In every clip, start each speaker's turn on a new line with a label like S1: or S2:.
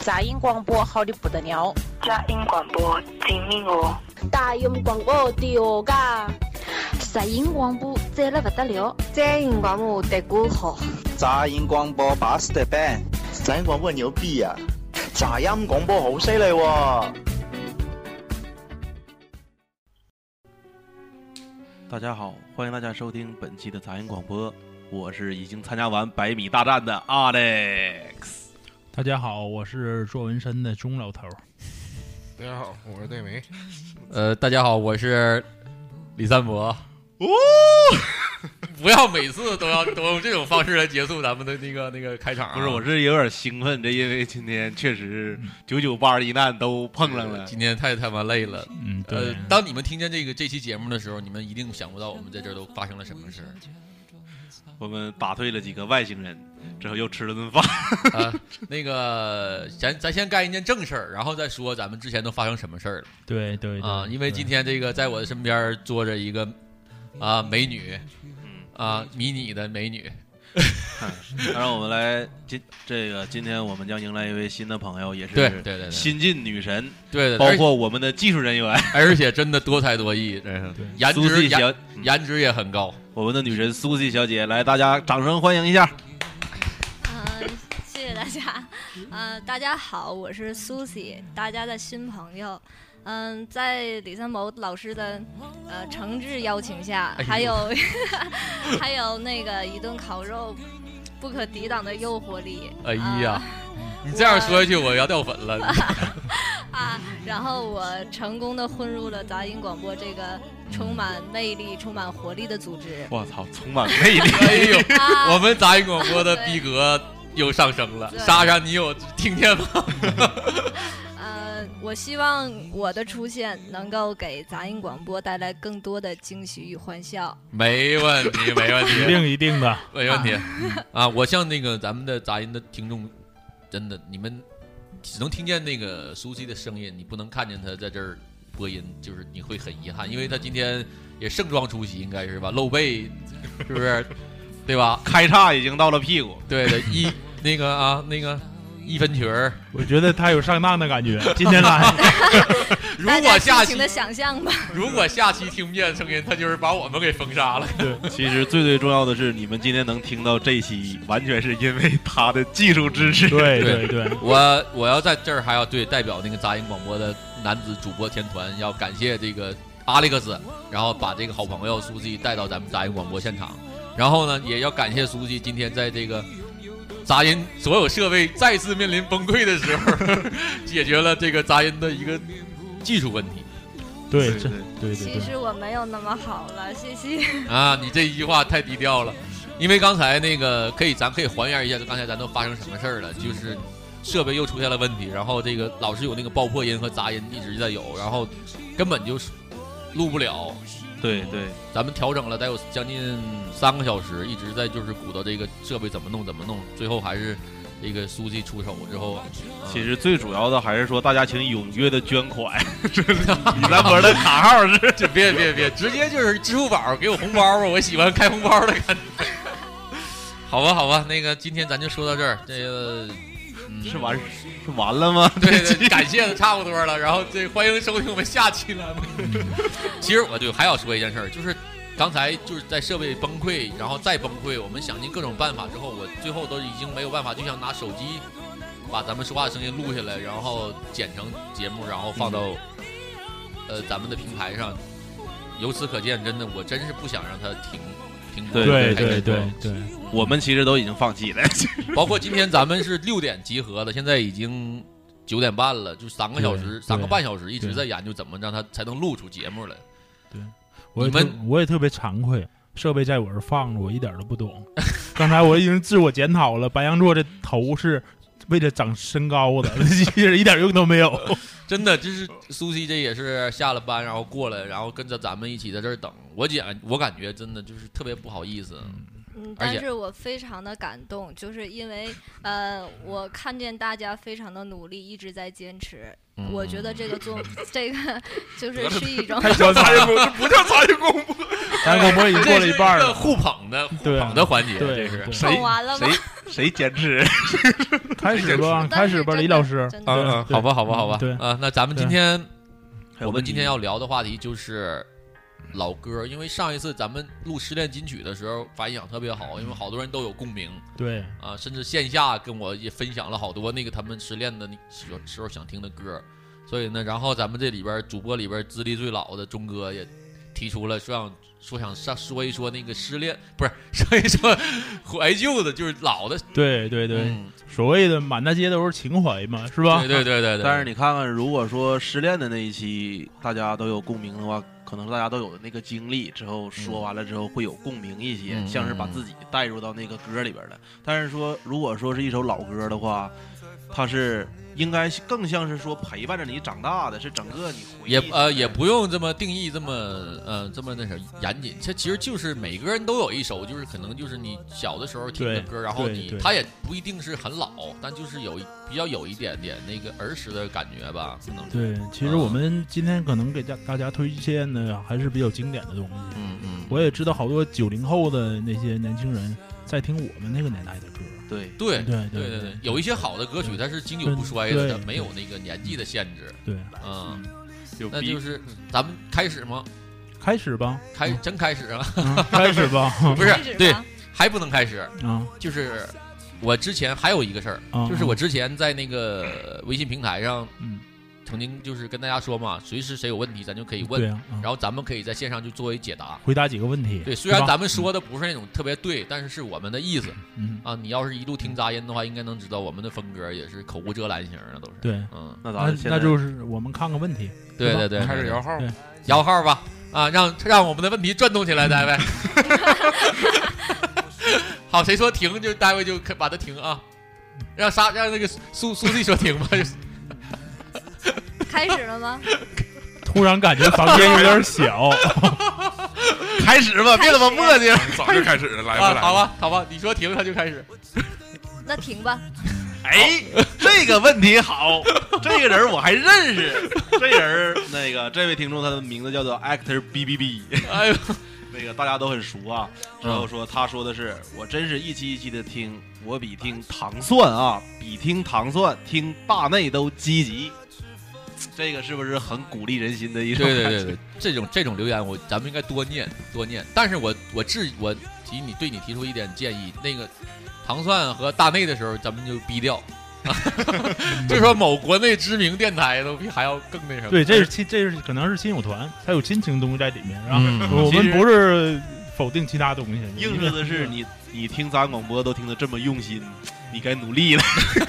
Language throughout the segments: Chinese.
S1: 杂音广播好的不得了，
S2: 佳音广播精明哦，
S3: 大音广播的哦嘎，
S4: 杂音广播赞了不得了，
S5: 杂音广播的歌好，
S6: 杂音广播巴适的板，
S7: 杂音广播牛逼啊，杂音广播好犀利喎！
S8: 大家好，欢迎大家收听本期的杂音广播，我是已经参加完百米大战的 Alex。
S9: 大家好，我是做纹身的钟老头。
S10: 大家好，我是戴维。
S11: 呃，大家好，我是李三伯。
S8: 哦，
S11: 不要每次都要都用这种方式来结束咱们的那个那个开场、啊。嗯
S8: 不是，我是有点兴奋，这因为今天确实九九八一难都碰上了，
S11: 今天太他妈累了。
S9: 嗯，
S11: 呃，当你们听见这个这期节目的时候，你们一定想不到我们在这儿都发生了什么事儿。
S8: 我们打退了几个外星人，
S11: 嗯
S8: 之后又吃了顿饭。
S11: 啊，那个，咱咱先干一件正事儿，然后再说咱们之前都发生什么事儿了。
S9: 对对
S11: 啊，因为今天这个在我的身边坐着一个啊美女，
S8: 嗯
S11: 啊迷你的美女。
S8: 那让我们来今这个今天我们将迎来一位新的朋友，也是
S11: 对对对
S8: 新晋女神，
S11: 对对，
S8: 包括我们的技术人员，
S11: 而且真的多才多艺，颜值
S8: 小嗯
S11: 颜值也嗯很高。
S8: 我们的女神苏西小姐，来，大家掌声欢迎一下。
S12: 嗯，谢谢大家。嗯，大家好，我是苏西，大家的新朋友。嗯，在李三谋老师的呃诚挚邀请下，还有、 哎、还有那个一顿烤肉不可抵挡的诱惑力。
S11: 哎呀，呃、你这样说下去我要掉粉了。
S12: 啊，然后我成功的混入了杂音广播这个充满魅力、充满活力的组 织。
S8: 我操，充满魅力！
S11: 哎呦，啊、我们杂音广播的逼格又上升了。莎莎，你有听见吗？
S12: 呃我希望我的出现能够给杂音广播带来更多的惊喜与欢笑。
S11: 没问 题，没问题，
S9: 一定一定的，
S11: 没问题。啊,啊，我向那个咱们的杂音的听众，真的，你们只能听见那个熟悉的声音，你不能看见他在这儿播音，就是你会很遗憾，因为他今天也盛装出席，应该是吧？露背，是不是？对吧？
S8: 开叉已经到了屁股。
S11: 对的， 一那个啊，那个。一分群儿，
S9: 我觉得他有上当的感觉。今天来，
S11: 如果下期
S12: 的想象吧，
S11: 如果下期听不见声音，他就是把我们给封杀了。
S9: 对，
S8: 其实最最重要的是，你们今天能听到这期，完全是因为他的技术支持。
S9: 对对对，
S11: 我 我要在这儿还要对代表那个杂音广播的男子主播天团，要感谢这个阿历克斯，然后把这个好朋友书记带到咱们杂音广播现场，然后呢，也要感谢书记今天在这个。杂音所有设备再次面临崩溃的时候， 解决了这个杂音的一个技术问题。
S9: 对，对对对。
S12: 其实我没有那么好了，谢谢。
S11: 啊，你这一句话太低调了，因为刚才那个可以，咱可以还原一下，刚才咱都发生什么事儿了？就是设备又出现了问题，然后这个老是有那个爆破音和杂音一直在有，然后根本就录不了。
S8: 对对，
S11: 咱们调整了得有将近三个小时，一直在就是鼓捣这个设备怎么弄怎么弄，最后还是这个书记出手之后，啊
S8: 嗯、其实最主要的还是说大家请踊跃的捐款，
S9: 嗯
S8: 李三博的卡号是，
S11: 就别别别，直接就是支付宝给我红包吧，我喜欢开红包的感觉。 好吧好吧，那个今天咱就说到这儿，这个。
S8: 嗯、是完是完了吗？
S11: 对对，感谢的差不多了。然后这欢迎收听我们下期栏目。 其实我对还要说一件事儿，就是刚才就是在设备崩溃，然后再崩溃，我们想尽各种办法之后，我最后都已经没有办法，就想拿手机把咱们说话的声音录下来，然后剪成节目，然后放到、嗯、呃咱们的平台上。由此可见，真的我真是不想让它停。
S8: 对
S9: 对对对对，
S8: 我们其实都已经放 弃了，
S11: 包括今天咱们是六点集合的，现在已经九点半了，就三个小时、三个半小时一直在研究怎么让它才能录出节目来。
S9: 对，我们我也特别惭愧，设备在我这放着，我一点都不懂。刚才我已经自我检讨了，白羊座这头是为了长身高的， 一点用都没有。
S11: 哎真的，就是苏西，这也是下了班然后过来，然后跟着咱们一起在这儿等我姐。我感觉真的就是特别不好意思。
S12: 嗯，但是我非常的感动，就是因为呃，我看见大家非常的努力，一直在坚持。嗯、我觉得这个做 这个就是是一种。
S8: 太叫杂音
S11: 啊
S8: 广播，不叫杂音广播，
S9: 杂音广播已经过了一半了。
S11: 互捧的，互捧的环节，
S9: 对，
S11: 这是
S12: 捧完了吗？
S8: 谁谁坚持？
S9: 开始 吧，开始吧，李老师。啊
S11: 嗯嗯，好吧，好吧，好吧。
S9: 对
S11: 啊，那咱们今
S9: 对
S11: 天
S9: 还
S11: 我
S9: 有问
S11: 们
S9: 题
S11: 今天要聊的话题就是老歌，因为上一次咱们录失恋金曲的时候反响特别好，因为好多人都有共鸣。
S9: 对
S11: 啊，甚至线下跟我也分享了好多那个他们失恋的那时候时候想听的歌，所以呢，然后咱们这里边儿主播里边儿资历最老的钟哥也提出了说想说想上说一说那个失恋，不是 说一说怀旧的，就是老的
S9: 对对对
S11: 嗯，
S9: 所谓的满大街都是情怀嘛，是吧？
S8: 但是你看看，如果说失恋的那一期大家都有共鸣的话，可能大家都有那个经历，之后说完了之后会有共鸣一些，
S11: 嗯
S8: 像是把自己带入到那个歌里边了。但是说，如果说是一首老歌的话，它是应该更像是说陪伴着你长大的，是整个你回忆
S11: 也呃也不用这么定义这么呃这么那啥严谨，这其实就是每个人都有一首，就是可能就是你小的时候听的
S8: 对
S11: 歌，然后
S8: 对
S11: 你
S8: 对
S11: 他也不一定是很老，但就是有一比较有一点点那个儿时的感觉吧，可能
S9: 对，其实我们今天可能给大大家推荐的还是比较经典的东西。
S11: 嗯嗯，
S9: 我也知道好多九零后的那些年轻人在听我们那个年代的歌。
S8: 对
S11: 对
S9: 对
S11: 对
S9: 对
S11: 对，有一些好的歌曲它是经久不衰的，
S9: 对对
S11: 它没有那个年纪的限制，
S9: 对，
S11: 嗯，
S8: 有
S11: 那
S8: 逼
S11: 就是咱们开始吗？
S9: 开始吧，
S11: 开真开始啊
S9: 嗯！开始 吧
S11: 不是
S9: 开始吧
S11: 对，还不能开始
S9: 啊！
S11: 就是我之前还有一个事儿
S10: 嗯
S9: 啊，嗯
S11: 就是我之前在那个微信平台上，曾经就是跟大家说嘛，随时谁有问题咱就可以问
S9: 对啊，
S11: 然后咱们可以在线上就作为解答。
S9: 回答几个问题。
S11: 对，虽然
S9: 吧
S11: 咱们
S10: 嗯
S11: 说的不是那种特别对，但是是我们的意思。
S9: 嗯
S11: 啊，你要是一路听杂音的话，应该能知道我们的风格也是口无遮拦型的，都是。
S9: 对，
S11: 嗯，
S9: 那那就是我们看看问题。
S11: 对
S9: 吧
S11: 对对，
S9: 嗯
S11: 对
S9: 对
S11: 摇号吧！啊，让让我们的问题转动起来，单位。好，谁说停就单位就可把它停啊，让啥让那个苏苏丽说 停吧。
S12: 开始 了吗？
S9: 突然感觉房间有点小。
S8: 开始吧，别他妈磨 叽了，
S10: 早就开始了，来吧
S11: 啊
S10: 来
S11: 好吧，好吧，你说停他就开始。
S12: 那停吧。
S8: 哎，这个问 题好，这个人我还认识。这人儿那个这位听众，他的名字叫做 Actor B B B。
S11: 哎呦， 嗯
S8: 那个大家都很熟啊。然后说他说的是，我真是一期一期的听，我比听糖蒜啊，比听糖蒜听大内都积极。这个是不是很鼓励人心的一种
S11: 对
S8: 感觉？
S11: 对对对，这种这种留言我咱们应该多念多念。但是我我质我提你对你提出一点建议，那个糖蒜和大内的时候，咱们就逼掉。 就说某国内知名电台都比还要更那什么。
S9: 嗯对，这是亲，这是可能是亲友团，它有亲情东西在里面。然
S8: 嗯
S9: 后我
S8: 其实
S9: 们不是否定其他东西，
S8: 映射的是你，你听咱广播都听得这么用心，你该努力了。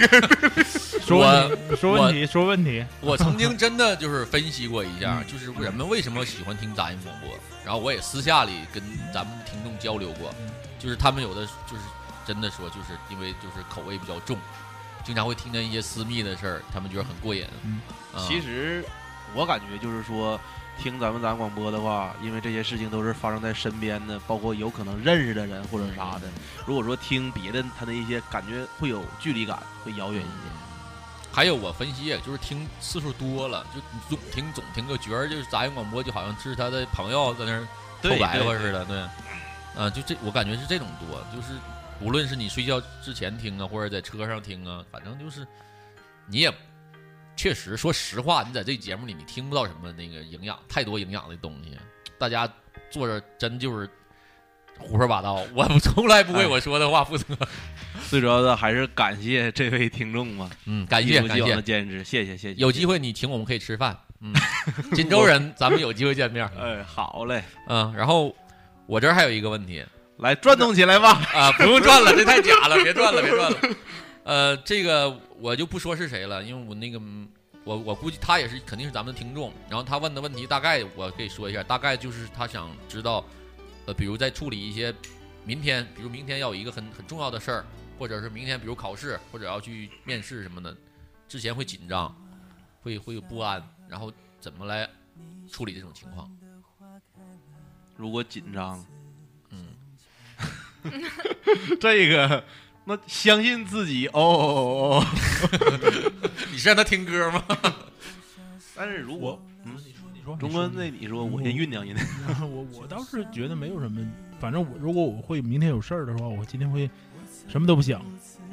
S9: 说问题说问题说问题
S11: 我曾经真的就是分析过一下，就是人们为什么喜欢听杂音广播，然后我也私下里跟咱们听众交流过，就是他们有的就是真的说，就是因为就是口味比较重，经常会听见一些私密的事儿，他们觉得很过瘾。啊
S8: 其实我感觉就是说，听咱们咱广播的话，因为这些事情都是发生在身边的，包括有可能认识的人或者啥
S11: 嗯
S8: 的。如果说听别的，他的一些感觉会有距离感，会遥远一些。
S11: 还有我分析，啊就是听次数多了，就你总听总听个觉儿，就是杂音广播就好像是他的朋友在那儿
S8: 对
S11: 臭白话
S8: 对
S11: 似的，嗯对，啊，就这我感觉是这种多，就是无论是你睡觉之前听啊，或者在车上听啊，反正就是你也确实说实话，你在这节目里你听不到什么那个营养太多营养的东西，大家坐着真就是胡说八道，我 从来不
S8: 哎
S11: 为我说的话负责。
S8: 最主要的还是感谢这位听众吧，
S11: 嗯感谢
S8: 一如既
S11: 感
S8: 往
S11: 谢
S8: 的坚持，谢谢谢谢。
S11: 有机会你请我们可以吃饭， 嗯，锦州人，咱们有机会见面。
S8: 哎，好嘞，
S11: 嗯，然后我这儿还有一个问题，
S8: 来转动起来吧。
S11: 啊，不用转了，这太假了，别转了，别转了。呃，这个我就不说是谁了，因为我那个嗯我我估计他也是肯定是咱们的听众，然后他问的问题大概我可以说一下，大概就是他想知道，呃，比如在处理一些明天，比如明天要有一个很很重要的事儿，或者是明天比如考试或者要去面试什么的，之前会紧张，会会有不安，然后怎么来处理这种情况？
S8: 如果紧张，
S11: 嗯，，
S8: 这个那相信自己哦哦哦哦
S11: 你是让他听歌吗？
S8: 但是如果嗯，
S9: 哦你哦说
S8: 钟哥，那你说我先酝酿酝酿。
S9: 我我倒是觉得没有什么，反正我如果我会明天有事儿的话，我今天会什么都不想，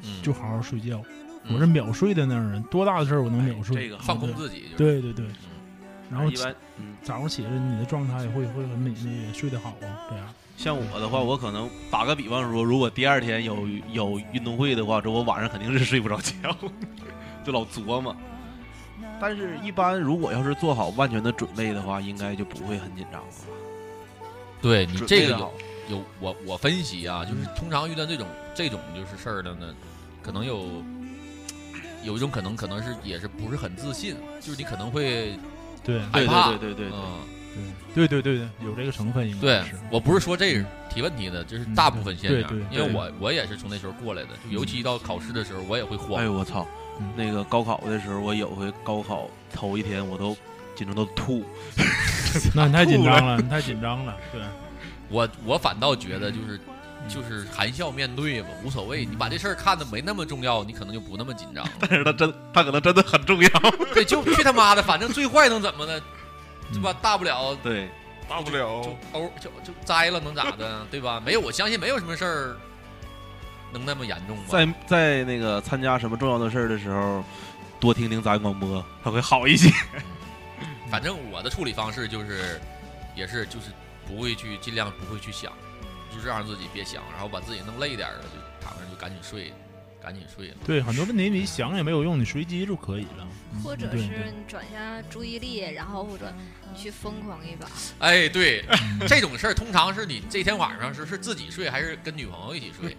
S8: 嗯
S9: 就好好睡觉。我是秒睡的那种人，多大的事儿我
S8: 哎
S9: 能秒睡？
S11: 这个放空自己就是嗯
S9: 对对对。 然后
S8: 啊 一般嗯
S9: 早上起来你的状态会会很美，那个睡得好啊，这样。
S8: 像我的话，我可能打个比方说，如果第二天有有运动会的话，这我晚上肯定是睡不着觉， 就老琢磨。但是，一般如果要是做好万全的准备的话，应该就不会很紧张了吧。
S11: 对你
S8: 准
S11: 这
S8: 备
S11: 个
S8: 得
S11: 有
S8: 好
S11: 有我我分析啊，就是通常遇到这种这种就是事儿的呢，可能有有一种可能可能是也是不是很自信，就是你可能会
S9: 对
S11: 害怕，
S9: 对对对对对对
S11: 嗯
S9: 对对对对，有这个成分应该
S11: 对
S9: 是。
S11: 我不是说这个提问题的，就是大部分现象，
S8: 嗯对对对嗯
S11: 因为我我也是从那时候过来的，尤其到考试的时候，我也会慌。
S8: 哎呦我操！
S9: 嗯
S8: 那个高考的时候，我有回高考头一天，我都紧张到吐。
S9: 那你太紧张了，
S8: 吐
S9: 你太紧张了。对，
S11: 我我反倒觉得就是
S8: 嗯
S11: 就是含笑面对吧，无所谓。你把这事儿看得没那么重要，你可能就不那么紧张。
S8: 但是他真，他可能真的很重要。
S11: 对，就去他妈的，反正最坏能怎么的，
S8: 嗯
S11: 对吧？大不了
S8: 对，
S11: 大不
S8: 哦
S11: 了就欧就就栽了，能咋的？啊对吧？没有，我相信没有什么事儿能那么严重吧。
S8: 在在那个参加什么重要的事儿的时候，多听听咱广播，他会好一些。
S11: 反正我的处理方式就是，也是就是不会去尽量不会去想，就是让自己别想，然后把自己弄累点儿了，就躺上就赶紧睡，赶紧睡了。
S9: 对，很多问题你想也没有用，你随机就可以了。嗯
S12: 或者
S9: 对
S12: 是你转向注意力，然后或者你去疯狂一把。
S11: 哎， 对，
S9: 嗯
S11: 这种事儿通常是你这天晚上是是自己睡还是跟女朋友一起 睡？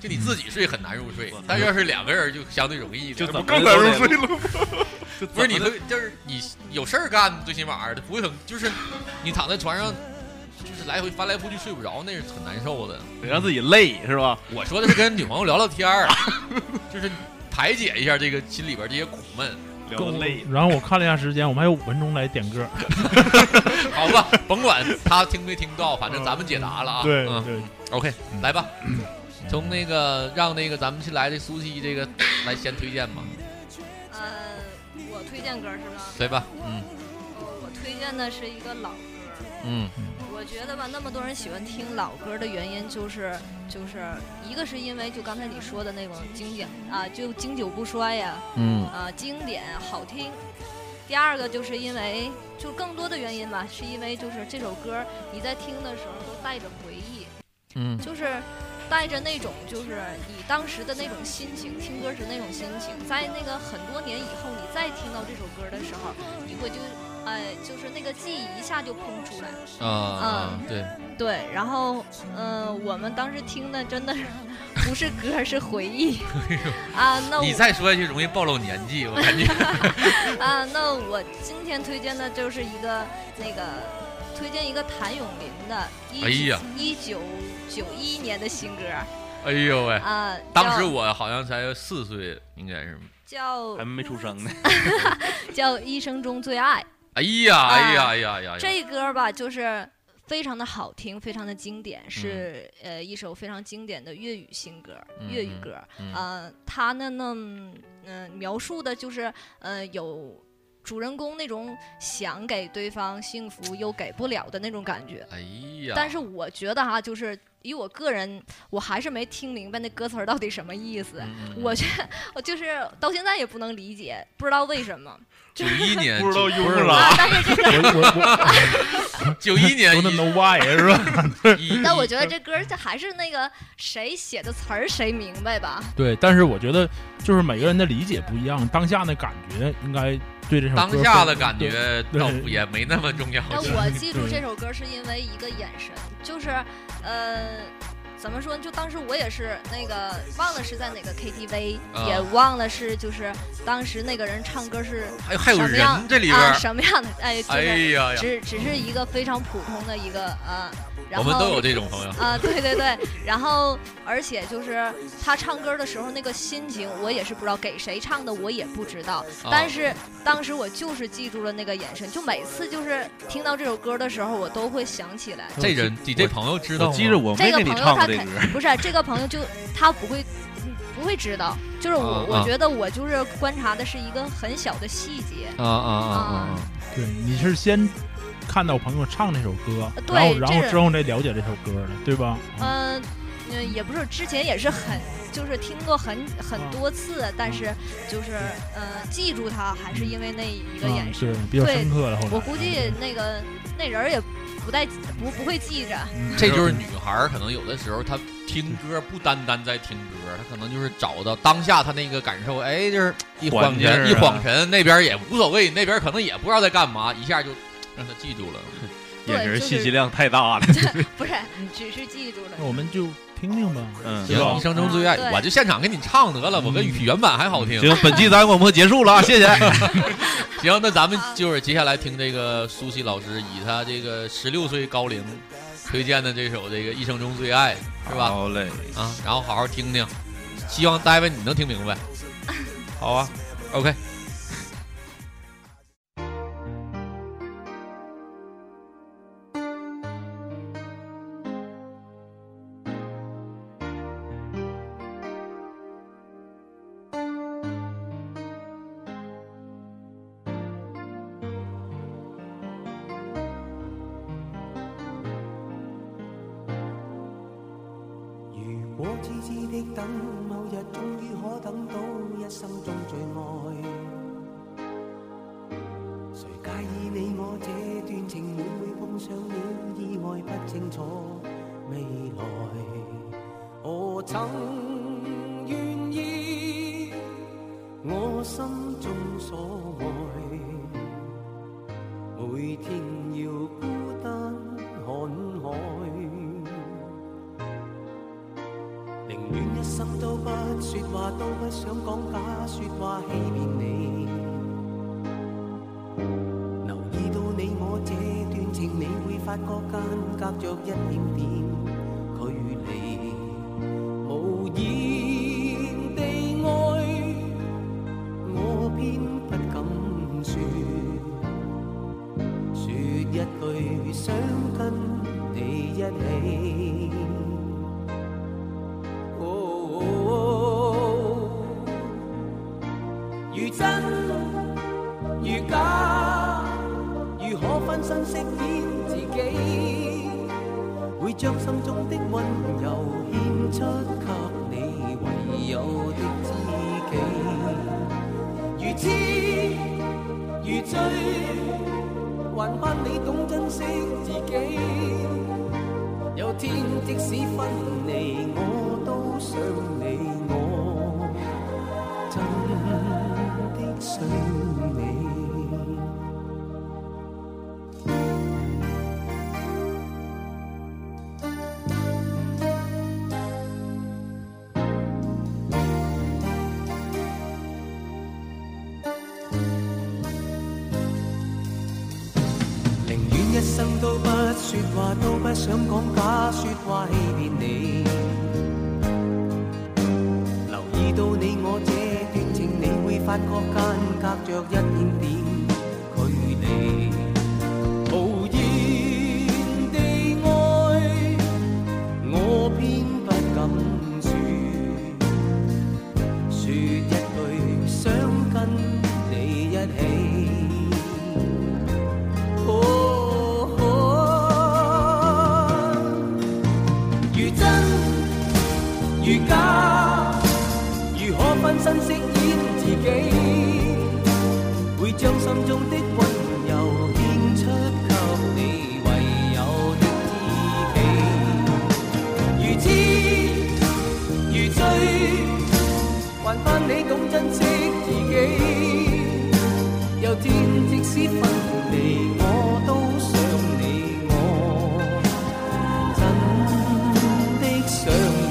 S11: 就你自己睡很难入睡，但要是两个人就相对容易一点，
S8: 就怎么更难入睡
S11: 了
S8: 就
S11: 不是你
S8: 怎么
S11: 会就是你有事儿干，最起码儿的不会很就是你躺在床上。就是来回翻来覆去睡不着，那是很难受的，
S8: 得让自己累是吧？
S11: 我说的是跟女朋友聊聊天儿，就是排解一下这个心里边这些苦闷。
S9: 跟我然后我看了一下时间，我们还有五分钟来点歌。
S11: 好吧，甭管他听没听到，反正咱们解答了啊。
S9: 对
S11: 嗯
S9: 对
S11: ，OK，来吧，从那个让那个咱们新来的苏西这个来先推荐吧，
S12: 呃，我推荐歌是吗？
S11: 对吧？嗯
S12: 我推荐的是一个老歌。
S11: 嗯，
S12: 我觉得吧，那么多人喜欢听老歌的原因就是，就是一个是因为就刚才你说的那种经典啊，就经久不衰呀、
S11: 嗯
S12: 啊、经典好听。第二个就是因为，就更多的原因吧，是因为就是这首歌你在听的时候都带着回忆，
S11: 嗯
S12: 就是带着那种就是你当时的那种心情，听歌时那种心情，在那个很多年以后，你再听到这首歌的时候，你会就哎、就是那个记忆一下就蹦出来。
S11: 啊，对，
S12: 对，然后嗯、呃我们当时听的真的是不是歌，是 回忆啊。那我
S11: 哎你再说下去容易暴露年纪，我感觉。
S12: 啊，那我今天推荐的就是一个那个推荐一个谭咏麟的，一
S11: 哎呀
S12: 一九九一年的新歌，
S11: 哎呦喂
S12: 啊，
S11: 当时我好像才四岁，应该是
S12: 叫
S8: 还没出生呢。
S12: 叫一生中最爱。
S11: 哎呀，哎呀，
S12: 啊
S11: 哎呀，哎呀！
S12: 这歌吧，就是非常的好听，非常的经典，是、呃一首非常经典的粤语新歌，
S11: 嗯
S12: 粤语歌。
S11: 嗯嗯
S12: 呃，它呢呢，嗯、呃描述的就是呃有主人公那种想给对方幸福又给不了的那种感觉。
S11: 哎呀，
S12: 但是我觉得哈，就是以我个人，我还是没听明白那歌词儿到底什么意思。
S11: 嗯
S12: 我觉得我就是到现在也不能理解，不知道为什么。
S11: 九一年
S8: 不知道用
S11: 不
S8: 了
S11: 是吧
S8: 啊但是这个我
S11: 九一 年
S9: ，don't know why 是吧？
S12: 但我觉得这歌儿这还是那个谁写的词儿谁明白吧。
S9: 对，但是我觉得就是每个人的理解不一样，当下的感觉应该对这首歌
S11: 当下的感觉
S9: 对
S11: 倒也没那么重要。
S12: 但我记住这首歌是因为一个眼神，就是呃，怎么说？就当时我也是那个忘了是在哪个 KTV，、
S11: 啊
S12: 也忘了是就是当时那个人唱歌是
S11: 哎还有
S12: 什么样
S11: 人这里边
S12: 啊
S11: 儿
S12: 什么样的哎，就是
S11: 哎呀呀
S12: 只只是一个非常普通的一个呃，然
S11: 我
S12: 后
S11: 们都有这种朋友
S12: 啊、对对对，然后而且就是他唱歌的时候那个心情，我也是不知道给谁唱的，我也不知道。
S11: 啊
S12: 但是当时我就是记住了那个眼神，就每次就是听到这首歌的时候，我都会想起来。
S11: 这人，你这朋友知道吗？
S8: 我记着我
S12: 这
S8: 妹
S12: 个
S8: 妹
S12: 朋
S8: 里
S12: 友
S8: 唱过
S12: 他
S8: 这
S12: 肯
S8: 歌。
S12: 不是啊这个朋友就他不会嗯不会知道，就是我、
S11: 啊
S12: 我
S11: 啊
S12: 觉得我就是观察的是一个很小的细节。
S11: 啊啊啊啊！
S9: 对，你是先看到朋友唱这首歌，
S12: 呃对
S9: 然后然
S12: 这
S9: 后
S12: 个
S9: 之后再了解这首歌的，对吧？
S12: 嗯、呃，也不是之前也是很就是听过很很多次，但是就是呃记住他还是因为那一个眼神，
S9: 啊对比较
S12: 对
S9: 深刻了后来
S12: 我估计那个那人儿也不带不不会记着，
S9: 嗯
S11: 这
S8: 嗯
S11: 就是女孩儿可能有的时候她听歌不单单在听歌，她可能就是找到当下她那个感受，哎，就是一
S8: 环
S11: 晃
S8: 境啊
S11: 神一晃神，那边也无所谓，那边可能也不知道在干嘛，一下就嗯让她记住了。
S8: 嗯
S12: 对眼神就是信息
S8: 量太大了。
S12: 不是只是记住了。
S9: 那我们就听听吧，
S8: 嗯，
S9: 对吧
S11: 行，一生中最爱
S12: 对，
S11: 我就现场给你唱得了，我跟原版还好听。
S8: 行，本期咱们广播结束了啊，谢 谢。
S11: 行，那咱们就是接下来听这个苏西老师以他这个十六岁高龄推荐的这首这个一生中最爱，是吧？
S8: 好嘞，
S11: 啊，然后好好听听，希望戴维你能听明白。好啊，OK。
S13: 如果痴痴的等，某日終於可等到一生中最愛，誰介意你我這段情滿會碰上了意外，不清楚未來。我曾願意，我心中所愛，每天要孤單看海。寧願一生都不說話，都不想講假説話欺騙你。留意到你我這段情，你會發覺間隔着一點點距離。無言地愛，我偏不敢説，説一句想跟你一起。哦如真如假，如可分身飾演自己，會將心中的温柔獻出給你唯有的知己。如痴如醉，還盼你懂珍惜自己。有天即使分離，我都想你，我真的想你。寧願一生都不說話，都不想講假說話欺騙你。留意到你我這段情，你會發覺間隔着一點點距離。無言地愛，我偏不敢説，説一句想跟你一起。哦，如真如假，如可分身飾演自己，會將心中的温柔獻出給你唯有的知己。如痴如醉，還盼你懂珍惜自己。有天即使分離，我都想你，我真的想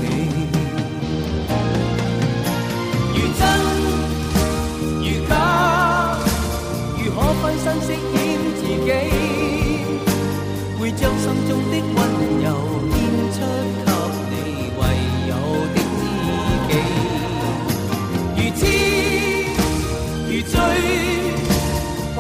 S13: 你。如真如假，如可分身飾演自己，會將心中的温柔獻出給你唯有的知己。如痴如醉。還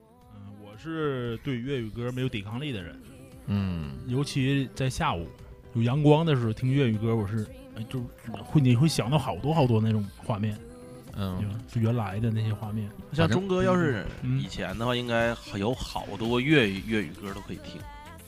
S9: 嗯我是对粤语歌没有抵抗力的人，
S11: 嗯，
S9: 尤其在下午有阳光的时候听粤语歌，我是哎就会你会想到好多好多那种画面，
S11: 嗯，
S9: 就原来的那些画面。
S8: 像钟哥要是
S9: 嗯
S8: 以前的话，应该有好多粤语粤语歌都可以听，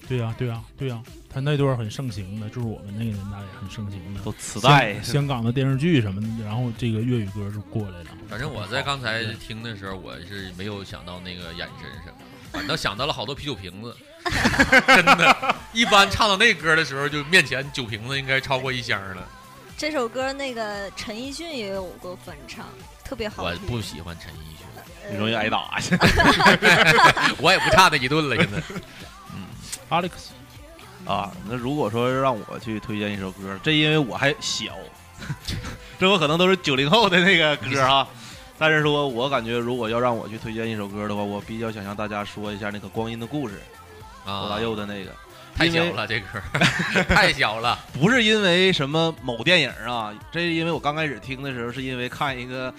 S9: 对呀、对呀、啊对呀、他那段很盛行的，就是我们那个年代很盛行的，
S8: 都磁带
S9: 香香港的电视剧什么的，然后这个粤语歌就过来了。
S11: 反正我在刚才听的时候，我是没有想到那个眼神什么，反倒想到了好多啤酒瓶子。 真的，一般唱到那歌的时候，就面前酒瓶子应该超过一箱了。
S12: 这首歌那个陈奕迅也有过翻唱，特别好
S11: 我
S12: 听。
S11: 不喜欢陈奕迅，
S8: 你容易挨打
S11: 我也不差那一顿了，现在。
S9: Alex
S8: 啊，那如果说让我去推荐一首歌，这因为我还小， 这我可能都是九零后的那个 歌啊。但是说，我感觉如果要让我去推荐一首歌的话，我比较想向大家说一下那个《光阴的故事》，
S11: 啊
S8: 罗大佑的那个。
S11: 太
S8: 因
S11: 小
S8: 为
S11: 了，这歌儿 太小了。
S8: 不是因为什么某电影啊，这是因为我刚开始听的时候是因为看一个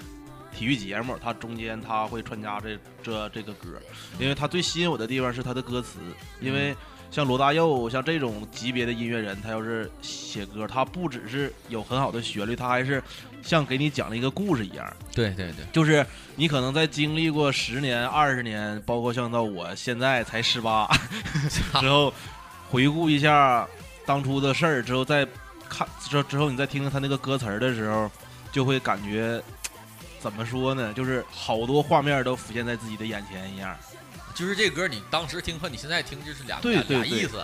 S8: 体育节目，它中间它会穿插这这这个歌，因为它最吸引我的地方是它的歌词，因为像罗大佑像这种级别的音乐人，他要是写歌，他不只是有很好的旋律，他还是像给你讲了一个故事一样，
S11: 对对对，
S8: 就是你可能在经历过十年、二十年，包括像到我现在才十八之后，回顾一下当初的事儿之后，再看之之后，你再听听他那个歌词儿的时候，就会感觉怎么说呢？就是好多画面都浮现在自己的眼前一样。
S11: 就是这歌，你当时听和你现在听就是俩
S8: 对
S11: 俩
S8: 对
S11: 俩
S8: 对
S11: 意思。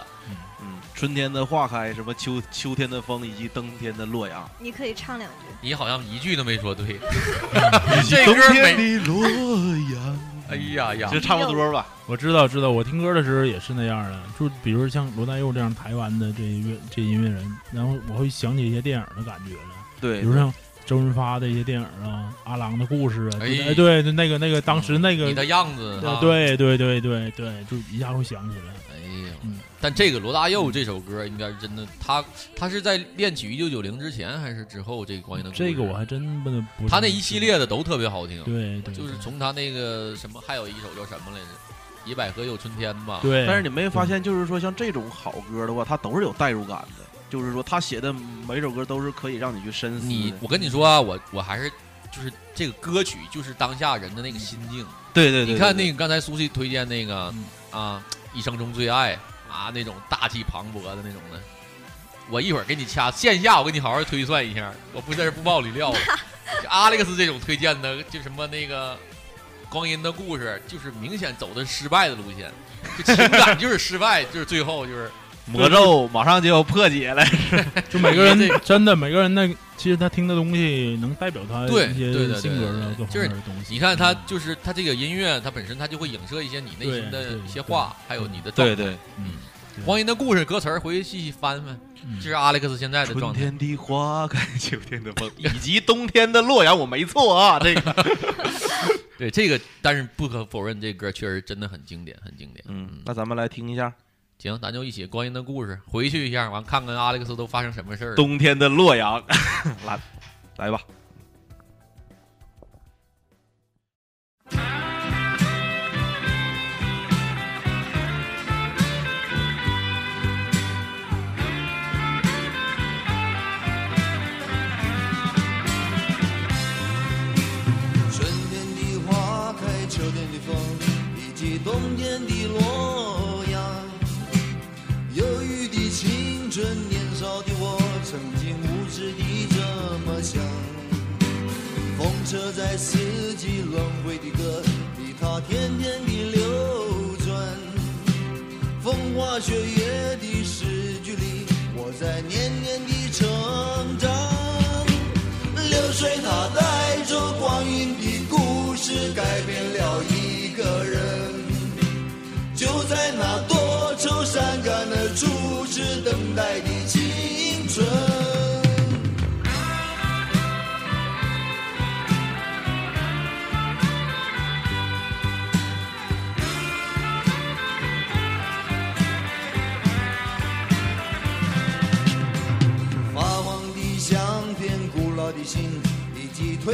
S8: 嗯，春天的花开，什么秋秋天的风，以及冬天的洛阳。
S12: 你可以唱两句。
S11: 你好像一句都没说对，
S8: 及
S11: 这
S8: 冬
S11: 歌儿
S8: 天
S11: 没。
S8: 的洛阳。
S11: 哎呀呀，
S8: 就差不多吧。
S9: 我知道，知道，我听歌的时候也是那样的，就比如像罗大佑这样台湾的这音乐这音乐人，然后我会想起一些电影的感觉了，
S8: 对
S9: 比如像周润发的一些电影啊，《阿郎的故事》啊，
S11: 哎
S9: 就哎，对，就那个那个当时那个呃
S11: 你的样子啊
S9: 对对对对对，就一下会想起来。
S11: 哎呀，
S9: 嗯
S11: 但这个罗大佑这首歌应该是真的，他他是在练曲一九九零之前还是之后？这个关于的故事
S9: 这个我还真不能不是
S11: 他那一系列的都特别好听。
S9: 对对
S11: 就是从他那个什么，还有一首叫什么来着，《野百合有春天》吧。
S8: 但是你没发现，就是说像这种好歌的话，它都是有代入感的，就是说他写的每首歌都是可以让你去深思的。
S11: 你，我跟你说啊，我我还是就是这个歌曲就是当下人的那个心境。
S8: 对对对对
S11: 你看那个刚才苏西推荐那个啊，一生中最爱啊那种大气磅礴的那种的，我一会儿给你掐线下，我给你好好推算一下，我不在这儿不爆你料了。就阿历克斯这种推荐的，就什么那个《光阴的故事》，就是明显走的失败的路线，就情感就是失败，就是最后就是
S8: 魔咒马上就要破解了，
S9: 就每个人真的每个人那其实他听的东西能代表他
S11: 对
S9: 一
S11: 对
S9: 些
S11: 对
S9: 性格啊
S11: 对，
S9: 各方
S11: 就是
S9: 面的东西。
S11: 你看他就是他这个音乐，它本身它就会影射一些你内心的一些话，还有你的状态。
S8: 对对
S9: 嗯，
S11: 《光阴的故事》歌词儿回去细细翻翻，这是阿 l 克斯现在的状
S8: 春
S11: 态。
S8: 天的花开， 秋天的风，以及冬天的洛阳，我没错啊，这个。
S11: 对这个，但是不可否认，这歌确实真的很经典，很经典。
S8: 嗯，那咱们来听一下。
S11: 行，咱就一起《光阴的故事》回去一下，完看看阿历克斯都发生什么事儿了。
S8: 冬天的洛阳， 来来吧。
S13: 春天的花开，秋天的风，以及冬天的洛阳。忧郁的青春，年少的我，曾经无知地这么想。风车在四季轮回的歌里，它天天地流转。风花雪月的诗句里，我在年年地成长。流水它带着光阴的故事，改变了一个人。就在那多愁善感的初次等待的青春。信以及褪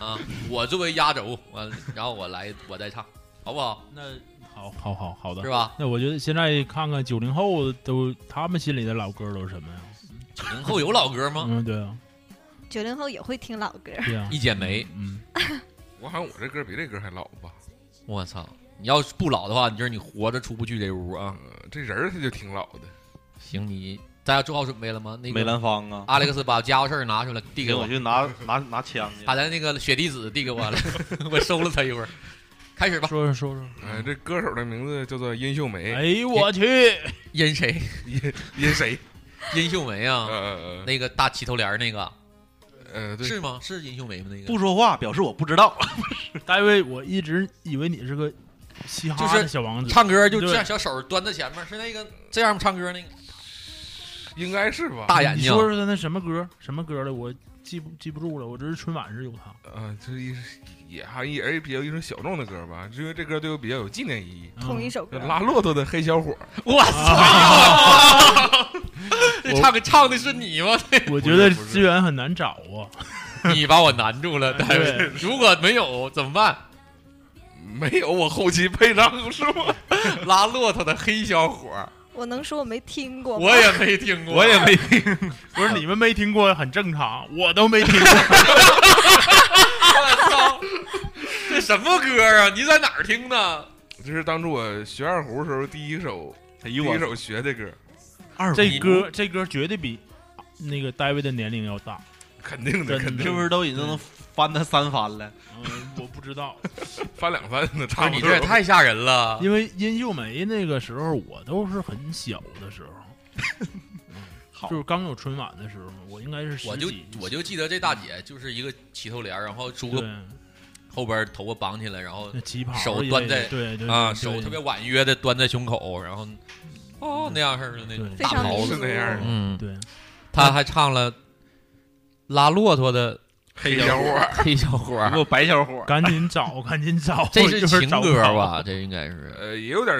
S11: 啊，我作为压轴，完了，然后我来我再唱，好不好？
S8: 那
S11: 好，
S9: 好好好的，
S11: 是吧？
S9: 那我觉得现在看看九零后都他们心里的老歌都是什么呀？
S11: 九零后有老歌吗？
S9: 嗯，对啊，
S12: 九零后也会听老歌，
S9: 对啊，
S11: 一剪梅，
S9: 嗯，
S14: 我好像我这歌比这歌还老吧？
S11: 我操！你要是不老的话，你就是你活着出不去这屋啊。
S14: 呃这人儿他就挺老的。
S11: 行，你大家做好准备了吗？那个
S8: 梅兰芳啊
S11: 阿历克斯把家伙事儿拿出来递给
S8: 行，
S11: 我
S8: 我，啊就拿拿拿枪去。
S11: 把咱那个雪地子递给我了， 我收了他一会儿。开始吧，
S9: 说说说说。
S14: 哎，这歌手的名字叫做殷秀梅。
S9: 哎呦我去，
S11: 阴谁？
S14: 殷殷谁？
S11: 殷秀梅啊，
S13: 嗯
S11: 那个大齐头帘儿那个，
S14: 呃，
S11: 是吗？是殷秀梅吗？那个
S8: 不说话，表示我不知 道。
S9: 大卫，我一直以为你是个嘻
S11: 就
S9: 哈
S11: 是
S9: 的小王子，
S11: 唱歌就这
S9: 对
S11: 样，小手端在前面，是那个这样唱歌那个，
S14: 应该是
S13: 啊
S14: 吧
S11: 大眼
S9: 你
S11: 睛，
S9: 说说他那什么歌？什么歌的？我记不记不住了。我只是春晚是有他。
S14: 呃，这一也还也是比较一种小众的歌吧，因为这歌对我比较有纪念意义。
S9: 嗯
S12: 同一首歌
S11: 啊
S14: 拉骆驼的黑小伙儿，
S11: 我操！这唱歌唱的是你吗？
S9: 我觉得资源很难找啊。
S11: 你把我难住了，但
S9: 对
S11: 是如果没有怎么办？
S14: 没有，我后期配上是 吗？
S11: 拉骆驼的黑小伙儿，
S12: 我能说我没听过吗？
S11: 我也没听过，
S9: 我也 没听，不是你们没听过很正常，我都没听 过。
S11: 这什么歌啊？你在哪儿听的？
S13: 这是当初我学二胡时候第一首，第
S8: 哎我
S13: 一首学的歌。
S9: 二这歌这歌绝对比那个戴维的年龄要大，
S13: 肯定的，肯定
S9: 是不是
S8: 都已经能翻他三番了？
S9: 嗯，我不知道，
S13: 翻两翻的
S11: 不
S13: 差
S11: 是你这也太吓人了
S9: 因为殷秀梅那个时候，我都是很小的时 候，嗯就是刚有春晚的时候，我应该是十
S11: 我就
S9: 几
S11: 我就记得这大姐就是一个齐头帘儿，然后梳个
S9: 对
S11: 后边头发绑起来，然后
S9: 那旗袍
S11: 手
S9: 一类
S11: 端在
S9: 的对对
S11: 啊，
S9: 对
S11: 手
S9: 对
S11: 特别婉约的端在胸口，然后哦那样式儿的那种
S9: 对
S11: 大
S9: 非常
S11: 袍
S9: 民
S11: 子
S9: 族是那样儿的
S11: 嗯，
S9: 对。
S11: 他还唱了拉骆驼的
S9: 黑小伙儿
S11: 黑小伙儿，
S9: 给我白
S11: 小伙
S9: 赶紧找，赶紧找，
S11: 这是
S9: 一会儿
S11: 情
S9: 找不
S11: 歌
S9: 着
S11: 吧？这应该是
S13: 呃，也有点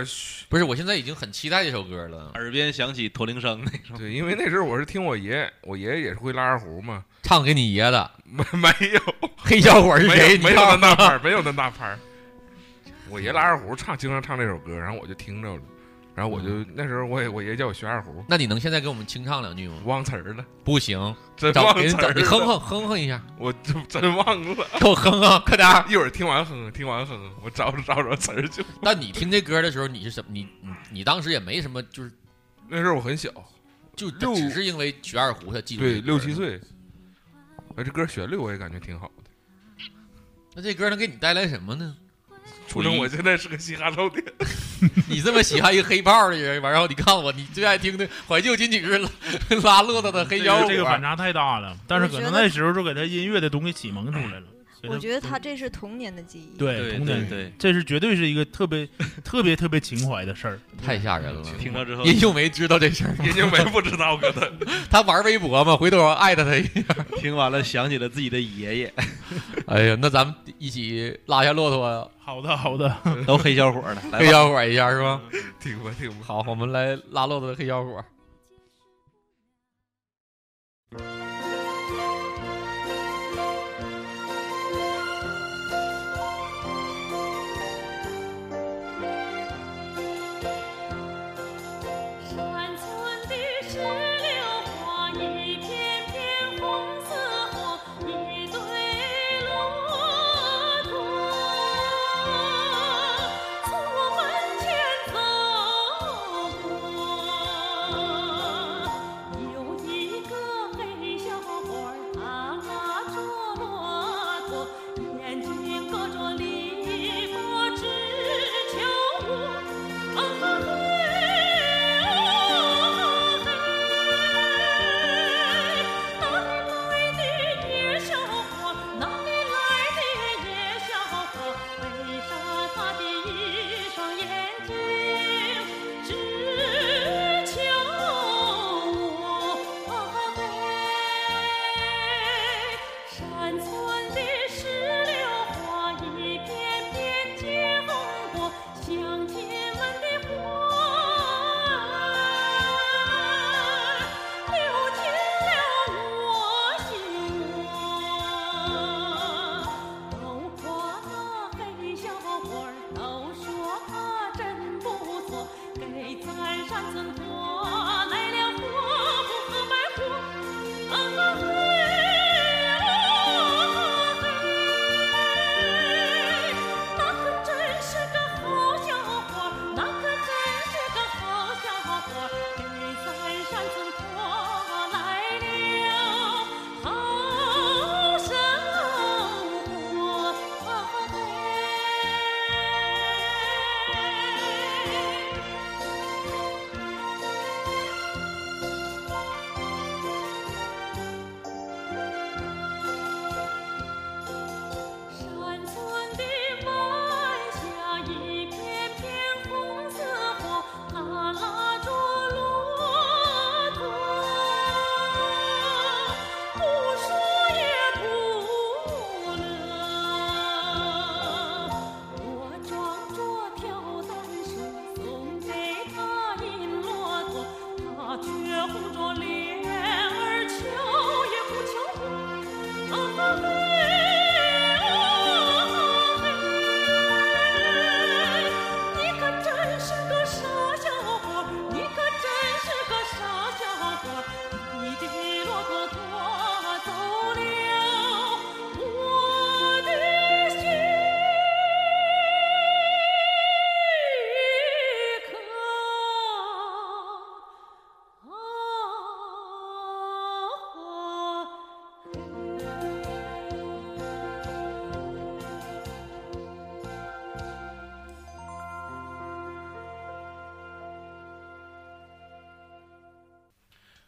S11: 不是，我现在已经很期待这首歌了。
S8: 耳边响起驼铃声那种。
S13: 对，因为那时候我是听我爷，我爷爷也是会拉二胡嘛，
S11: 唱给你爷的，
S13: 没没有
S11: 黑小伙儿是
S13: 没
S11: 谁
S13: 有
S11: 你
S13: 没有
S11: 知道
S13: 那 大
S11: 吗
S13: 拍儿，没有那大拍儿。我爷拉二胡唱，经常唱这首歌，然后我就听着了，然后我就、那时候我也我爷叫我学二胡，
S11: 那你能现在给我们清唱两句吗？
S13: 忘词儿了，
S11: 不 行，
S13: 真
S11: 找
S13: 忘
S11: 给你
S13: 词
S11: 找
S13: 儿
S11: 你哼
S13: 了
S11: 哼哼哼一下，
S13: 我真 真忘了，
S11: 给我哼哼，快点 儿
S13: 一会儿听完哼，听完哼，我找着找着词儿去。
S11: 但你听这歌的时候，你是什么？你你你当时也没什么，就是
S13: 那时候我很小，
S11: 就只是因为学二胡才记住。
S13: 对，六七。岁，哎，这歌旋律我也感觉挺好的，
S11: 那这歌能给你带来什么呢？
S13: 促成我现在是个嘻哈少年。
S11: 你这么喜欢一个黑豹的人，然后你看我，你最爱听的怀旧金曲是拉拉骆驼的黑
S9: 这
S11: 小伙
S9: 个。这个反差太大了，但是可能那时候就给他音乐的东西启蒙出来了。给
S15: 我
S9: 他
S15: 觉得
S11: 嗯
S15: 他这是童年的记忆。
S9: 对童年，
S8: 对
S9: 这是绝对是一个特别特别特别情怀的事儿，
S11: 太吓人了！
S8: 听到之后
S11: 殷秀梅知道这事儿吗？
S13: 殷秀梅不知道，哥他
S11: 他玩微博嘛，回头我艾特他一下。
S8: 听完了，想起了自己的爷 爷。
S11: 哎呀，那咱们一起拉下骆驼，
S9: 好的好的，
S8: 都黑小伙儿了来吧
S11: 黑小伙儿一下是吧？
S13: 挺吧挺吧。
S11: 好，我们来拉骆驼的黑小伙儿。
S12: 山村的石榴花，一片片红似火，一对骆驼从我门前走过。有一个黑小伙儿，他拉着骆驼，眼睛隔着篱笆只瞧我，啊哈嘿。哪里来的野小伙？哪里来的野小伙？为啥他的一双眼睛只瞧我？啊嘿，山村的石榴花一片片结红果，乡亲们的花。流进了我心窝。都夸那黑小伙儿，都说他真不错，给咱山村活来了活活白活。啊嘿，啊嘿。啊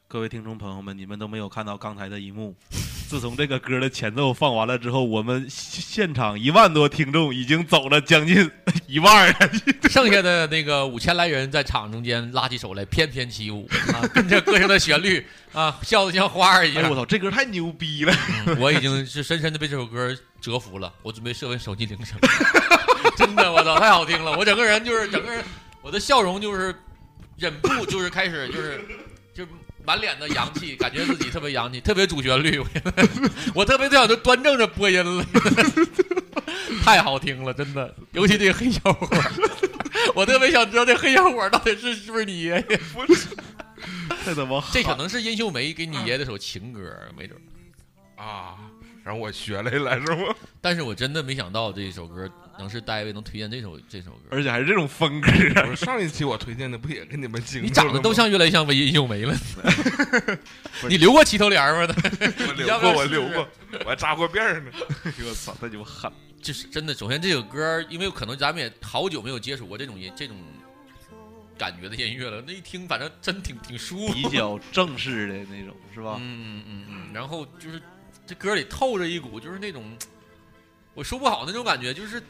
S8: 各位听众朋友们，你们都没有看到刚才的一幕。 自从这个歌的前奏放完了之后，我们现现场一万多听众已经走了将近 一万人，
S11: 剩下的那个五千来人在场中间拉起手来翩翩起舞啊，跟着歌声的旋律啊，笑得像花儿一样。
S8: 哎我操，这歌太牛逼了！
S11: 我已经是深深的被这首歌折服了，我准备设为手机铃声。 真的，我操，太好听了！我整个人就是整个人，我的笑容就是忍不住就是开始就是就满脸的洋气，感觉自己特别洋气，特别主旋律。 我我特别想就端正着播音了， 太好听了，真的。尤其这个黑小伙儿， 我特别想知道这黑小伙儿到底是是不是你爷爷？
S8: 太他妈
S11: 这 可能是殷秀梅给你爷爷的首情歌，没准
S10: 儿啊。然后我学了一来是吗？
S11: 但是我真的没想到这首歌能是大卫能推荐这首这首歌，
S8: 而且还是这种风格。
S10: 不是上一期我推荐的不也跟你们经历
S11: 你
S10: 了吗？
S11: 长得都像越来越像殷秀 梅了，你留过齐头帘儿吗？
S10: 我
S11: 你
S10: 留
S11: 要不要
S10: 过，我
S11: 试
S10: 留
S11: 试
S10: 过，我还扎过辫 儿呢。
S8: 哎我操，那就 狠！
S11: 就是真的，首先这首歌，因为可能咱们也好久没有接触过这种音这种感觉的音乐了，那一听反正真挺挺舒服，
S8: 比较正式的那种，是吧？
S11: 嗯嗯嗯。然后就是这歌里透着一股就是那种我说不好那种感觉，就是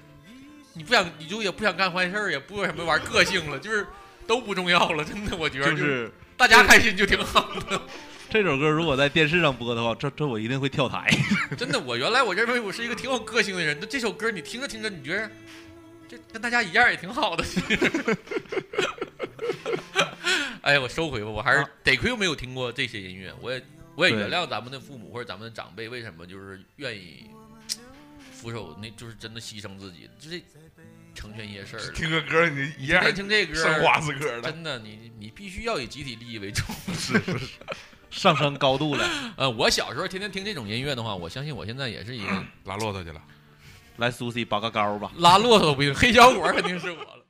S11: 你不想你就也不想干坏事儿，也不什么玩个性了，就是都不重要了，真的，我觉得
S8: 就是
S11: 大家开心就挺好的。
S8: 这首歌如果在电视上播的话，这这我一定会跳台。
S11: 真的，我原来我认为我是一个挺有个性的人，但这首歌你听着听着，你觉得这跟大家一样也挺好的。 哎，我收回吧，我还是得亏我没有听过这些音乐，我也我也
S8: 对
S11: 原谅咱们的父母或者咱们的长辈为什么就是愿意俯首，那就是真的牺牲自己，就是成全一些事儿了。
S10: 听个歌你一
S11: 今
S10: 样
S11: 天听 这歌
S10: 上瓜子歌了
S11: 真的，你你必须要以集体利益为重。
S8: 是是是，上升高度了。
S11: 呃，我小时候天天听这种音乐的话，我相信我现在也是一个
S10: 拉骆驼去了。
S8: 来，苏西拔个高吧。
S11: 拉骆驼都不行，黑小伙儿肯定是我了。